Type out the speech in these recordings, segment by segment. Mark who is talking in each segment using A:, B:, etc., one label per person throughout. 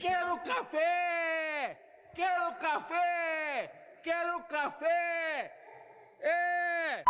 A: Quero café! Quero café! Quero café! É!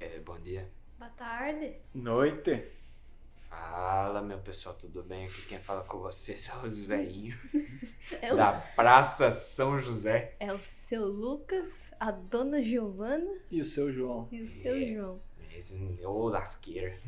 B: É, bom dia.
C: Boa tarde.
D: Noite.
B: Fala, meu pessoal, tudo bem? Aqui quem fala com vocês é os velhinhos
C: É o,
B: da Praça São José.
C: é o seu Lucas, a dona Giovana
D: E o seu João?
C: e o seu
B: É.
C: João.
B: Esse- Ô, lasqueira.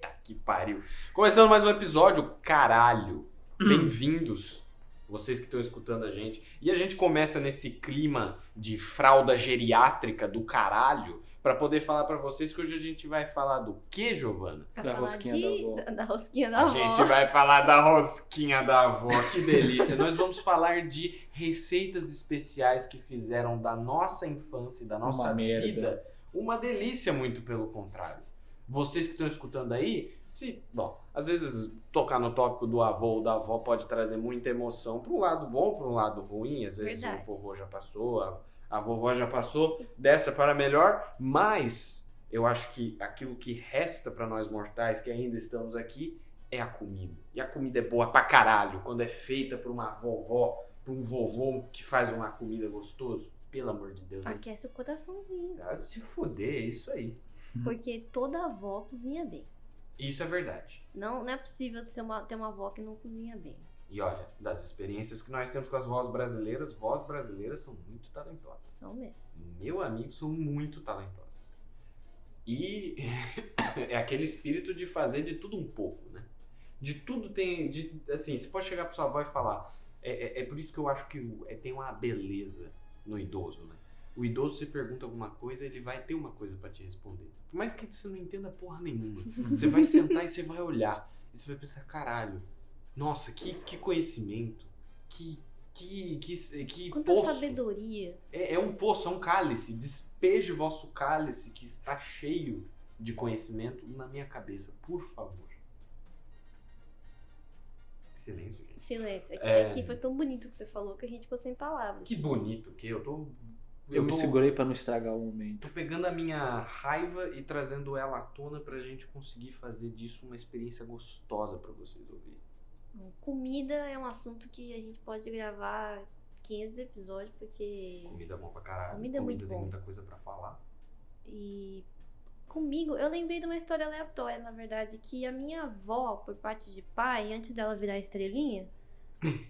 B: tá que pariu. Começando mais um episódio, caralho.
C: Hum.
B: Bem-vindos, vocês que estão escutando a gente. E a gente começa nesse clima de fralda geriátrica do caralho pra poder falar pra vocês que hoje a gente vai falar do que, Giovana?
C: Pra
D: Da
C: falar
D: rosquinha
C: de-
D: da avó.
C: da, da rosquinha da
B: A
C: avó.
B: gente vai falar da rosquinha da avó, que delícia. Nós vamos falar de receitas especiais que fizeram da nossa infância e da nossa
D: Uma merda.
B: vida uma delícia, muito pelo contrário. Vocês que estão escutando aí, se, bom, às vezes tocar no tópico do avô ou da avó pode trazer muita emoção para um lado bom, para um lado ruim. Às vezes
C: Verdade.
B: o vovô já passou, a, a vovó já passou, dessa para melhor, mas eu acho que aquilo que resta para nós mortais que ainda estamos aqui é a comida. E a comida é boa pra caralho quando é feita por uma vovó, por um vovô que faz uma comida gostoso. Pelo amor de Deus, é
C: Aquece o coraçãozinho.
B: ah, se fuder, é isso aí.
D: Uhum.
C: Porque toda avó cozinha bem.
B: Isso é verdade.
C: Não, não é possível ser uma- ter uma avó que não cozinha bem.
B: E olha, das experiências que nós temos com as vozes brasileiras, vozes brasileiras são muito talentosas.
C: São mesmo.
B: Meu amigo, são muito talentosas. E é aquele espírito de fazer de tudo um pouco, né? De tudo tem. De, assim, você pode chegar pra sua avó e falar. É, é- é por isso que eu acho que o- é- tem uma beleza no idoso, né? O idoso, você pergunta alguma coisa, ele vai ter uma coisa pra te responder. Por mais que você não entenda porra nenhuma. Você vai sentar e você vai olhar. E você vai pensar, caralho, nossa, que, que conhecimento. Que. Que. Que, que
C: Quanta
B: poço.
C: sabedoria.
B: É, é um poço, é um cálice. Despeje o vosso cálice que está cheio de conhecimento na minha cabeça, por favor. Silêncio, gente.
C: Silêncio. É que,
B: É.
C: é que foi tão bonito que você falou que a gente ficou sem palavras.
B: Que bonito que eu tô.
D: Eu, me
B: tô,
D: segurei pra não estragar o momento.
B: tô pegando a minha raiva e trazendo ela à tona pra gente conseguir fazer disso uma experiência gostosa pra vocês ouvirem.
C: Comida é um assunto que a gente pode gravar 500 episódios, porque
B: Comida é bom pra caralho.
C: Comida é muito
B: tem
C: bom.
B: muita coisa pra falar.
C: E comigo, eu lembrei de uma história aleatória, na verdade, que a minha avó, por parte de pai, antes dela virar estrelinha,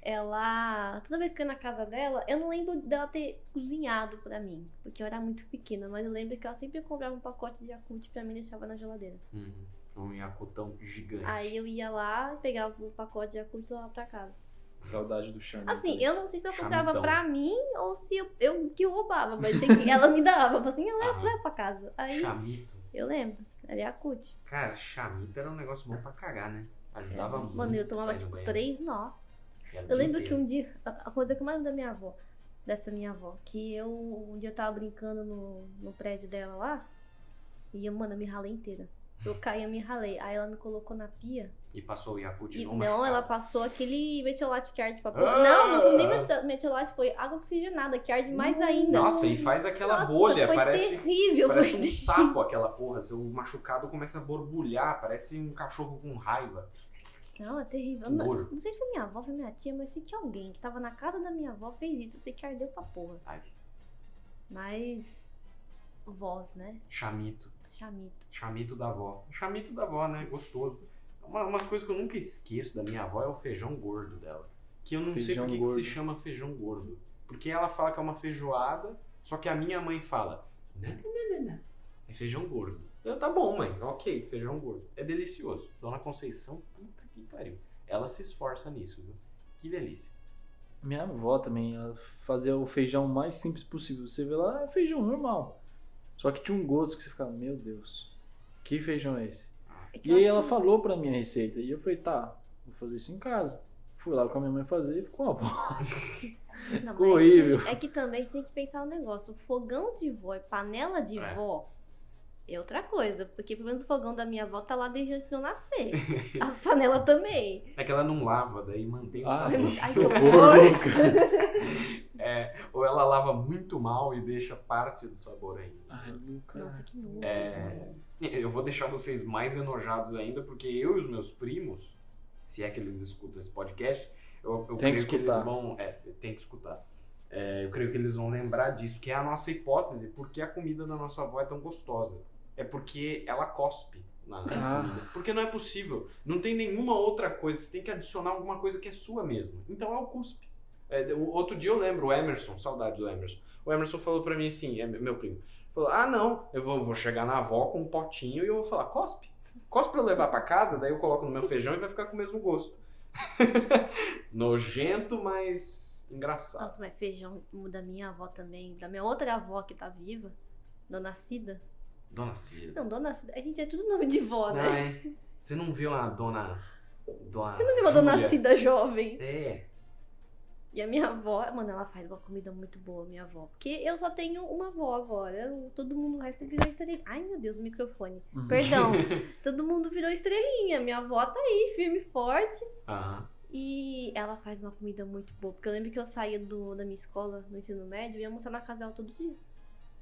C: ela. Toda vez que eu ia na casa dela, eu não lembro dela ter cozinhado pra mim, porque eu era muito pequena, mas eu lembro que ela sempre comprava um pacote de Yakult pra mim e deixava na geladeira.
B: Uhum. Um iacotão gigante.
C: Aí eu ia lá, pegava o pacote de Yakult e levava pra casa.
D: Saudade do né? charme.
C: Assim, eu não sei se eu comprava
B: Chamidão.
C: pra mim ou se eu, eu que roubava, mas sei que ela me dava, falava assim, eu levo,
B: Aham.
C: levo pra casa. Aí
B: Chamito.
C: eu lembro, era Yakult.
B: Cara, chamito era um negócio bom pra cagar, né? Ajudava muito.
C: Mano, eu tomava
B: pra ir no
C: tipo
B: banheiro.
C: três nós.
B: Era o
C: Eu
B: dia
C: lembro que
B: inteiro.
C: um dia, a a coisa que eu mais lembro da minha avó, dessa minha avó, que eu um dia eu tava brincando no, no prédio dela lá, e eu, mano, eu me ralei inteira. Eu caí, eu me ralei. Aí ela me colocou na pia.
B: E passou o Yakut
C: E
B: não
C: não,
B: machucava.
C: ela passou aquele metiolate que arde pra
B: Ah!
C: Não, não, nem meto- metiolate, foi água oxigenada, que arde mais ainda.
B: Hum, Nossa, e faz aquela
C: Nossa,
B: bolha,
C: foi
B: parece,
C: terrível.
B: parece
C: foi
B: um sapo aquela porra. Seu machucado começa a borbulhar, parece um cachorro com raiva.
C: Não, é terrível.
B: Um
C: Não,
B: olho.
C: não sei se foi minha avó, foi minha tia, mas eu sei que alguém que tava na casa da minha avó fez isso. Eu sei que ardeu pra porra.
B: Ai,
C: Mas. Voz, né?
B: chamito.
C: Chamito.
B: Chamito da avó. Chamito da avó, né? Gostoso. Uma, umas coisas que eu nunca esqueço da minha avó é o feijão gordo dela. Que eu não sei
D: Feijão
B: por que que se
D: gordo.
B: chama feijão gordo. Porque ela fala que é uma feijoada, só que a minha mãe fala. Não, não, não, não. É feijão gordo. Eu, tá bom, mãe. Ok, feijão gordo. É delicioso. Dona Conceição, puta que pariu. Ela se esforça nisso, viu? Que delícia.
D: Minha avó também, ela fazia o feijão mais simples possível. Você vê lá, é feijão normal. Só que tinha um gosto que você ficava, meu Deus, que feijão é esse?
B: Ah,
C: É que
D: E
C: eu
D: aí
C: acho
D: ela
C: que-
D: falou pra minha receita. E eu falei, tá, vou fazer isso em casa. Fui lá com a minha mãe fazer e ficou uma bosta.
C: Não, mas
D: Ficou horrível.
C: É que, é que também tem que pensar um negócio. O fogão de vó e panela de
B: É.
C: vó é outra coisa. Porque pelo menos o fogão da minha avó tá lá desde antes de eu nascer. As panelas também.
B: É que ela não lava, daí mantém o
D: Ah,
B: sabor.
C: Ai, que
D: Ô,
C: horror.
D: Lucas.
B: Ou ela lava muito mal e deixa parte do sabor ainda.
D: Ai, Lucas.
C: Nossa, que nojo.
B: É, Eu vou deixar vocês mais enojados ainda, porque eu e os meus primos, se é que eles escutam esse podcast, eu, eu
D: Tem
B: creio
D: que
B: que eles
D: escutar.
B: vão. É, tem que escutar. É, eu creio que eles vão lembrar disso, que é a nossa hipótese, porque a comida da nossa avó é tão gostosa. É porque ela cospe na na
D: Ah.
B: comida. Porque não é possível. Não tem nenhuma outra coisa. Você tem que adicionar alguma coisa que é sua mesmo. Então é o cuspe. É, o- outro dia eu lembro, o Emerson, saudades do Emerson. O Emerson falou pra mim assim, é meu primo. Falou, ah não, eu vou, vou chegar na avó com um potinho e eu vou falar, cospe. Cospe pra eu levar pra casa, daí eu coloco no meu feijão e vai ficar com o mesmo gosto. Nojento, mas engraçado.
C: Nossa, mas feijão da minha avó também, da minha outra avó que tá viva, Dona Cida.
B: Dona Cida.
C: Não, Dona Cida, a gente é tudo nome de vó,
B: Não,
C: né?
B: é? Você não viu a dona... dona
C: Você não viu a Dona
B: Júlia?
C: Cida jovem?
B: É.
C: E a minha avó, mano, ela faz uma comida muito boa, minha avó. Porque eu só tenho uma avó agora, eu- todo mundo o resto virou estrelinha. Ai, meu Deus, o microfone.
D: Hum.
C: Perdão, todo mundo virou estrelinha, minha avó tá aí, firme e forte.
B: Aham.
C: E ela faz uma comida muito boa. Porque eu lembro que eu saía do, da minha escola, no ensino médio, e ia almoçar na casa dela todo dia.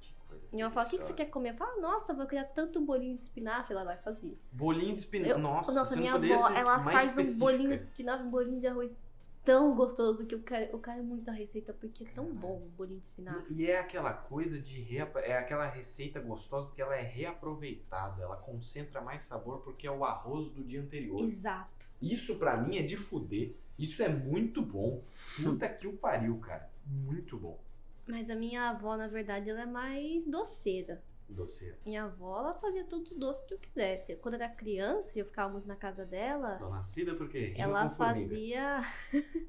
B: Que coisa
C: E ela fala, o que, que você
B: deliciosa.
C: quer comer? Eu falo, nossa, eu vou criar tanto bolinho de espinafre. Ela vai fazer.
B: Bolinho de espinafre.
C: Eu-
B: Nossa,
C: nossa,
B: você
C: minha
B: não poderia
C: avó,
B: ser
C: ela
B: mais
C: faz
B: específica.
C: um bolinho de espinafre, um bolinho de arroz tão gostoso que eu quero, eu quero muito a receita, porque é tão
B: Caralho.
C: bom o bolinho de espinafre.
B: E é aquela coisa de reap- é aquela receita gostosa porque ela é reaproveitada, ela concentra mais sabor porque é o arroz do dia anterior.
C: Exato.
B: Isso pra mim é de fuder. Isso é muito bom. Puta que o pariu, cara. Muito bom.
C: Mas a minha avó, na verdade, ela é mais doceira.
B: Doceira.
C: Minha avó, ela fazia todos os doces que eu quisesse. Quando eu era criança e eu ficava muito na casa dela,
B: Dona Cida, porque rima
C: Ela
B: com formiga.
C: fazia.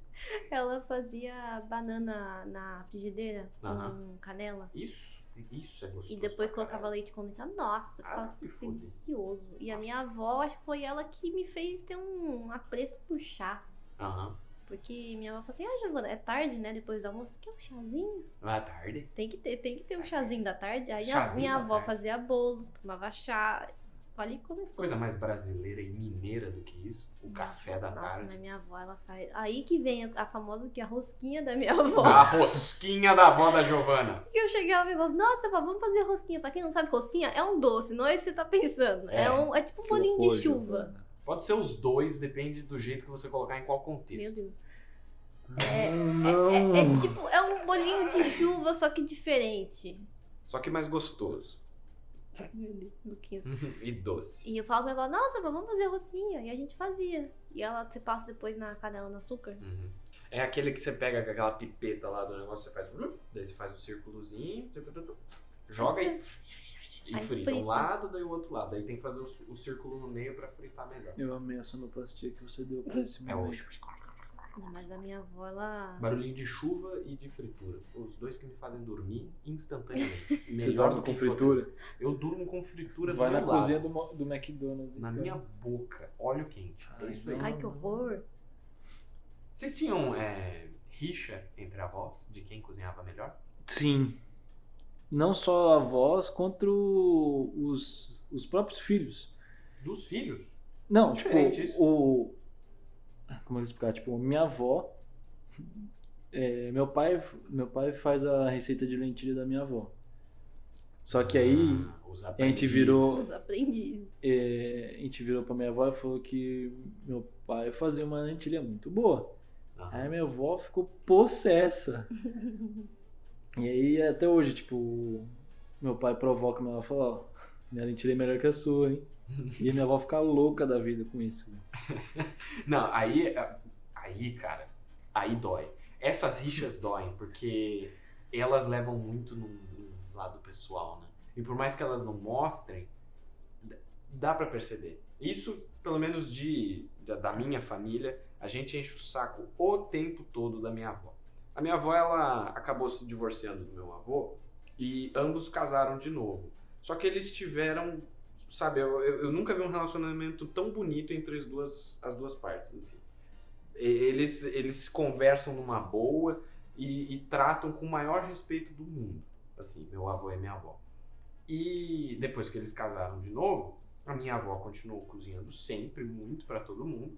C: ela fazia banana na frigideira
B: Aham.
C: com canela.
B: Isso, isso é gostoso.
C: E depois
B: pra
C: colocava
B: caralho.
C: leite condensado. Nossa,
B: Ah,
C: ficava
B: se fuder.
C: delicioso. E a
B: Nossa.
C: minha avó, acho que foi ela que me fez ter um apreço por chá.
B: Aham.
C: Porque minha avó falou assim: ah, Giovana, é tarde, né? Depois do almoço, quer um chazinho?
B: Lá à tarde.
C: Tem que ter, tem que ter um chazinho da tarde. Aí a
B: Chazinho
C: minha
B: da
C: avó
B: tarde.
C: fazia bolo, tomava chá. Olha como
B: Coisa mais brasileira e mineira do que isso. O café da
C: Nossa,
B: tarde.
C: mas minha avó, ela faz. Aí que vem a, a famosa que é a rosquinha da minha avó.
B: A rosquinha da avó da Giovana.
C: que eu chegava e falava, nossa, vó, vamos fazer rosquinha. Pra quem não sabe, rosquinha é um doce, não é isso que você tá pensando. É,
B: É.
C: um, é tipo um
D: Que
C: bolinho
D: horror,
C: de chuva.
D: Giovana.
B: Pode ser os dois, depende do jeito que você colocar em qual contexto.
C: Meu Deus. É,
D: Não.
C: é tipo, é um bolinho de chuva, só que diferente.
B: Só que mais gostoso.
C: Meu Deus, Luquinhas.
B: e doce.
C: E eu falava pra minha avó, nossa, vó, vamos fazer rosquinha. E a gente fazia. E ela, você passa depois na canela no açúcar.
B: Uhum. É aquele que você pega com aquela pipeta lá do negócio, você faz. blup, Daí você faz um círculozinho, tu, tu, tu, tu, joga e, e
C: Aí
B: frita. Um
C: frita.
B: lado, daí o outro lado. Daí tem que fazer o, c- o círculo no meio pra fritar melhor.
D: Eu amei a sonoplastia que você deu pra esse
B: É
D: momento.
B: hoje.
C: Não, mas a minha avó, ela...
B: Barulhinho de chuva e de fritura. Os dois que me fazem dormir instantaneamente.
D: Você
B: Melhor
D: dorme
B: do que
D: com fritura?
B: Eu durmo com fritura
D: Vai
B: do
D: na
B: meu lado.
D: cozinha do, Mo- do McDonald's.
B: Na
D: então.
B: minha boca. Óleo quente. É
D: Ai,
B: isso aí.
D: Ah, não.
C: Ai, que horror.
B: Vocês tinham é, rixa entre avós de quem cozinhava melhor?
D: Sim. Não só avós, contra o- os, os próprios filhos.
B: Dos filhos?
D: Não,
B: Diferente
D: tipo,
B: isso.
D: o. Como eu vou explicar? Tipo, minha avó. é, meu, pai, meu pai faz a receita de lentilha da minha avó. Só que aí
B: Ah, os
D: a gente virou.
C: Os aprendizes.
D: é, a gente virou pra minha avó e falou que meu pai fazia uma lentilha muito boa. Aí
B: Aham.
D: minha avó ficou possessa. E aí até hoje, tipo, meu pai provoca minha avó e fala, ó, minha lentilha é melhor que a sua, hein? E a minha avó fica louca da vida com isso.
B: Não, aí, aí, cara, aí dói. Essas rixas doem, porque elas levam muito no, no lado pessoal, né? E por mais que elas não mostrem, d- dá pra perceber. Isso, pelo menos de, da, da minha família, a gente enche o saco o tempo todo da minha avó. A minha avó, ela acabou se divorciando do meu avô e ambos casaram de novo. Só que eles tiveram sabe, eu, eu, eu nunca vi um relacionamento tão bonito entre as duas, as duas partes, assim. E- Eles, eles conversam numa boa e, e tratam com o maior respeito do mundo, assim, meu avô e minha avó. E depois que eles casaram de novo, a minha avó continuou cozinhando sempre, muito pra todo mundo.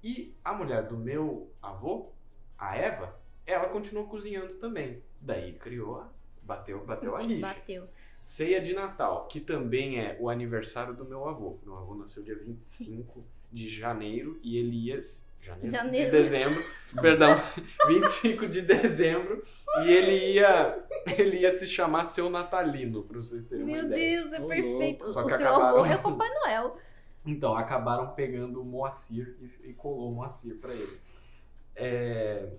B: E a mulher do meu avô, a Eva, ela continuou cozinhando também. Daí criou, a- bateu, bateu a rixa.
C: Bateu.
B: Ceia de Natal, que também é o aniversário do meu avô. Meu avô nasceu dia 25 de janeiro e Elias. Janeiro,
C: Janeiro.
B: De dezembro, perdão, 25 de dezembro. E ele ia, ele ia se chamar seu Natalino, pra vocês terem uma
C: Meu
B: ideia.
C: Deus, é
D: Ô,
C: perfeito.
B: louco. Só
C: o
B: que
C: seu
B: acabaram-
C: avô é o Papai Noel.
B: Então, acabaram pegando o Moacir e, e colou o Moacir pra ele. É,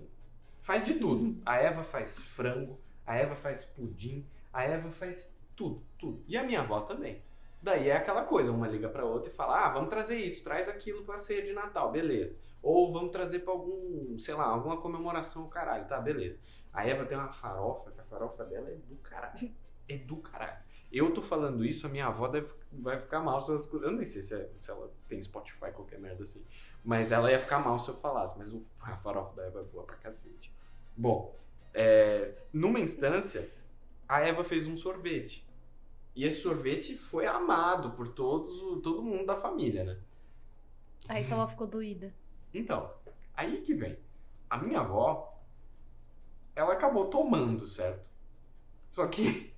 B: faz de tudo. A Eva faz frango, a Eva faz pudim, a Eva faz tudo, tudo. E a minha avó também. Daí é aquela coisa, uma liga pra outra e fala: "Ah, vamos trazer isso, traz aquilo pra ceia de Natal, beleza". Ou vamos trazer pra algum, sei lá, alguma comemoração, caralho, tá, beleza. A Eva tem uma farofa, que a farofa dela é do caralho. É do caralho. Eu tô falando isso, a minha avó deve, vai ficar mal se ela escutar. Eu nem sei se, é- se ela tem Spotify, qualquer merda assim. Mas ela ia ficar mal se eu falasse. Mas o, a farofa da Eva é boa pra cacete. Bom, é, numa instância, a Eva fez um sorvete. E esse sorvete foi amado por todos, o- todo mundo da família, né?
C: Aí sua avó ficou doída.
B: Então, aí que vem. A minha avó, ela acabou tomando, certo? Só que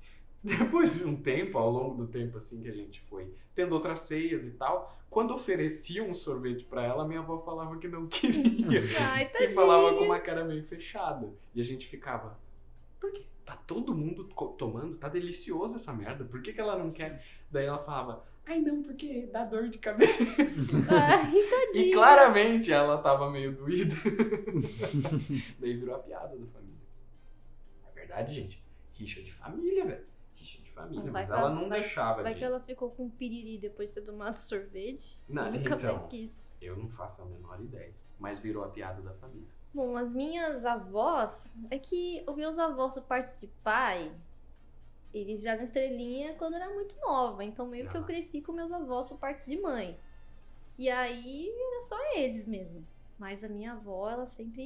B: depois de um tempo, ao longo do tempo assim que a gente foi tendo outras ceias e tal, quando ofereciam um sorvete pra ela, minha avó falava que não queria.
C: Ai,
B: e
C: tadinha.
B: falava com uma cara meio fechada. E a gente ficava, por que tá todo mundo co- tomando? Tá delicioso essa merda. Por que, que ela não quer? Daí ela falava, ai não, porque dá dor de cabeça.
C: Ai, tadinha.
B: E claramente ela tava meio doída. Daí virou a piada da família. É verdade, gente. Rixa de família, velho. Rixa de família.
C: Não, vai
B: mas
C: pra-
B: ela não
C: vai-
B: deixava
C: Vai
B: de.
C: que ela ficou com piriri depois de ter tomado sorvete.
B: Não,
C: Nunca
B: então.
C: mais quis.
B: Eu não faço a menor ideia. Mas virou a piada da família.
C: Bom, as minhas avós, é que os meus avós, por parte de pai, eles já na estrelinha quando eu era muito nova. Então meio que eu
B: Ah.
C: cresci com meus avós por parte de mãe. E aí era só eles mesmo. Mas a minha avó, ela sempre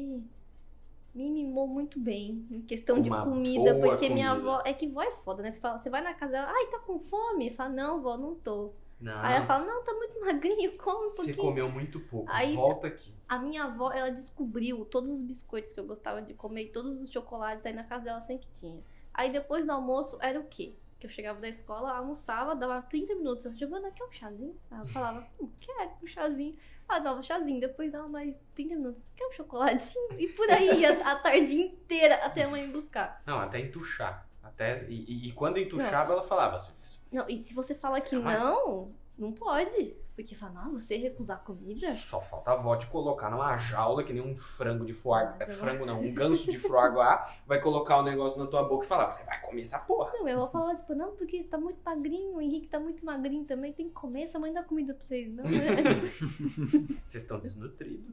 C: me mimou muito bem em questão
B: Uma
C: de comida,
B: boa
C: porque minha
B: comida.
C: avó. É que vó é foda, né? Você, fala, você vai na casa dela, ai, tá com fome? Fala, não, vó, não tô.
B: Não.
C: Aí ela fala, não, tá muito magrinho, come um
B: Você
C: pouquinho.
B: comeu muito pouco.
C: Aí-
B: Volta aqui.
C: A minha avó, ela descobriu todos os biscoitos que eu gostava de comer, e todos os chocolates, aí na casa dela sempre tinha. Aí depois do almoço era o quê? Que eu chegava da escola, almoçava, dava 30 minutos. Eu, Giovana, quer um chazinho? Aí eu falava, hum, quero um chazinho. Ela dava um chazinho, depois dava mais 30 minutos. Quer um chocolatinho? E por aí ia a tarde inteira até a mãe me buscar.
B: Não, até entuchar. Até... E, e- e quando entuchava, ela falava. Você
C: Não, e se você fala que
B: Jamais.
C: não, não pode. Porque fala, ah, você recusar comida?
B: Só falta a avó te colocar numa jaula que nem um frango de foie
C: Mas
B: é,
C: eu não-
B: frango não, um ganso de foie gras, vai colocar o negócio na tua boca e falar, você vai comer essa porra.
C: Não, eu vou falar, tipo, não, porque você tá muito magrinho, o Henrique tá muito magrinho também, tem que comer, sua mãe dá comida pra vocês, não é?
B: Vocês estão desnutridos.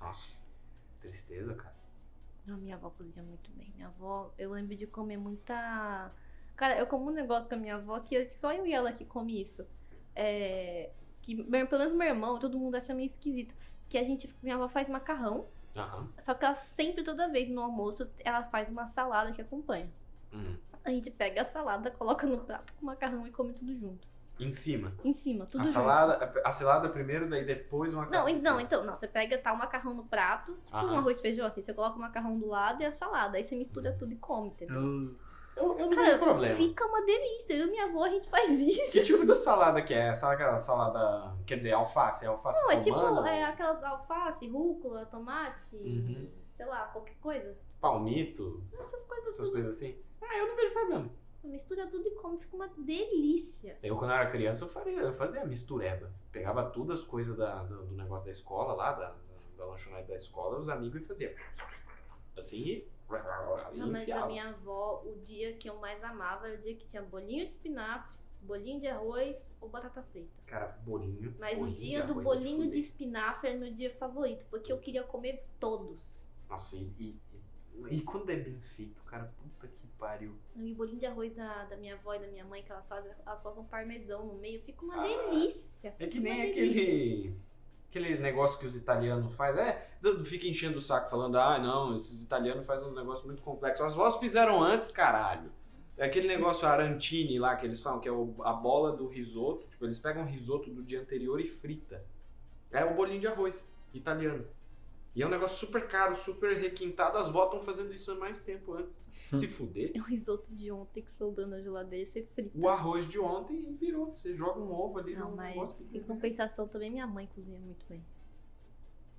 B: Nossa, tristeza, cara.
C: não, minha avó cozinha muito bem. Minha avó, eu lembro de comer muita. Cara, eu como um negócio com a minha avó que só eu e ela que come isso. É. Que, meu- pelo menos meu irmão, todo mundo acha meio esquisito. Que a gente, minha avó faz macarrão,
B: Aham.
C: só que ela sempre, toda vez no almoço, ela faz uma salada que acompanha.
B: Hum.
C: A gente pega a salada, coloca no prato com o macarrão e come tudo junto.
B: Em cima.
C: Em cima, tudo
B: a
C: junto.
B: salada, a salada primeiro, daí depois uma assim.
C: Não, então, então, não, você pega tá o macarrão no prato, tipo um
B: Aham.
C: arroz e feijão assim, você coloca o macarrão do lado e a salada, aí você mistura tudo e come, entendeu?
D: Eu-
B: Eu, eu não
C: Cara,
B: vejo problema.
C: Fica uma delícia. Eu e minha avó a gente faz isso.
B: Que tipo de salada que é? Sabe aquela salada, quer dizer, alface? É alface
C: Não, é tipo
B: romana?
C: é, aquelas alface, rúcula, tomate,
B: Uhum.
C: sei lá, qualquer coisa.
B: Palmito?
C: Essas coisas
B: Essas
C: tudo.
B: coisas assim? Ah, eu não vejo problema.
C: Mistura tudo e come, fica uma delícia.
B: Eu, quando eu era criança, eu faria- eu fazia, a mistureba. Pegava todas as coisas da- do, do negócio da escola lá, da, da lanchonete da escola, os amigos e fazia. Assim e. e
C: Não, mas a
B: enfiava.
C: minha avó, o dia que eu mais amava era o dia que tinha bolinho de espinafre, bolinho de arroz ou batata frita.
B: Cara, bolinho.
C: Mas
B: bolinho
C: o dia
B: de
C: do
B: arroz é
C: bolinho de é
B: fuder.
C: espinafre era meu dia favorito, porque eu queria comer todos.
B: Nossa, e, e- e E quando é bem feito, cara, puta que pariu.
C: E o bolinho de arroz da, da minha avó e da minha mãe, que elas fazem, elas colocam parmesão no meio, fica uma
B: Ah.
C: delícia.
B: É que
C: Uma
B: nem
C: delícia.
B: aquele. Aquele negócio que os italianos fazem. É, tu fica enchendo o saco falando, ah, não, esses italianos fazem um negócio muito complexo. As vozes fizeram antes, caralho. É Aquele negócio arantini lá que eles falam, que é o- a bola do risoto. Tipo, eles pegam o risoto do dia anterior e frita. É o bolinho de arroz italiano. E é um negócio super caro, super requintado. As vós estão fazendo isso há mais tempo antes. Se fuder.
C: É o risoto de ontem que sobrou na geladeira, você frita.
B: O arroz de ontem virou. Você joga um ovo ali, joga
C: Não,
B: um
C: mas
B: negócio.
C: em compensação também minha mãe cozinha muito bem.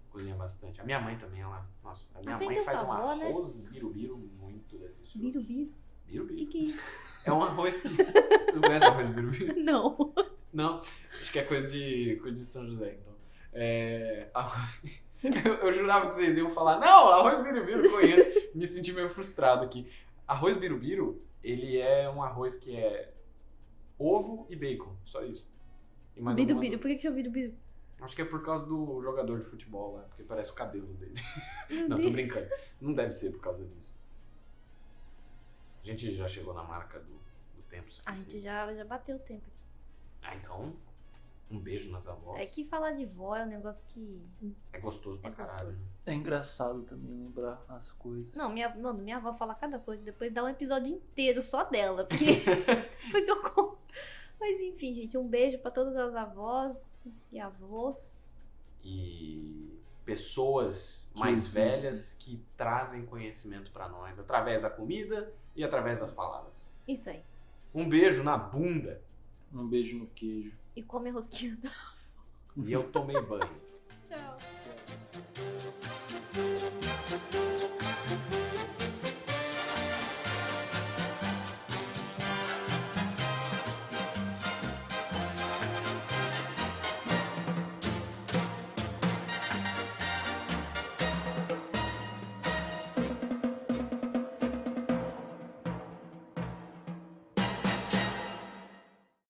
B: cozinha bastante. A minha mãe também, ela. Nossa, a minha
C: Aprende
B: mãe
C: a
B: faz
C: sua
B: um
C: avó, né?
B: arroz birubiru muito delicioso.
C: Birubiru? O que
B: Birubiru.
C: que é isso?
B: É um arroz que. Vocês conhecem arroz de birubiru?
C: Não.
B: Não, acho que é coisa de, coisa de São José, então. É. arroz- Eu, eu jurava que vocês iam falar, não, arroz birubiru, conheço. Me senti meio frustrado aqui. Arroz birubiru, ele é um arroz que é ovo e bacon, só isso. E mais algumas
C: Birubiru, por que que chama birubiru?
B: Acho que é por causa do jogador de futebol lá, porque parece o cabelo dele.
C: Meu
B: Não, tô
C: Deus.
B: brincando. Não deve ser por causa disso. A gente já chegou na marca do, do tempo
C: A gente
B: suficiente.
C: já, já bateu o tempo aqui.
B: Ah, então, um beijo nas avós.
C: É que falar de vó é um negócio que.
B: É gostoso pra
C: É
B: caralho.
C: gostoso.
B: né?
D: É engraçado também lembrar as coisas.
C: Não, minha, mano, minha avó fala cada coisa, depois dá um episódio inteiro só dela, porque depois eu conto. Mas enfim, gente, um beijo pra todas as avós e avós.
B: E pessoas
D: Que
B: mais
D: existem.
B: velhas que trazem conhecimento pra nós através da comida e através das palavras.
C: Isso aí.
B: Um beijo na bunda
D: Um beijo no queijo.
C: E come a rosquinha.
B: e eu tomei banho.
C: Tchau.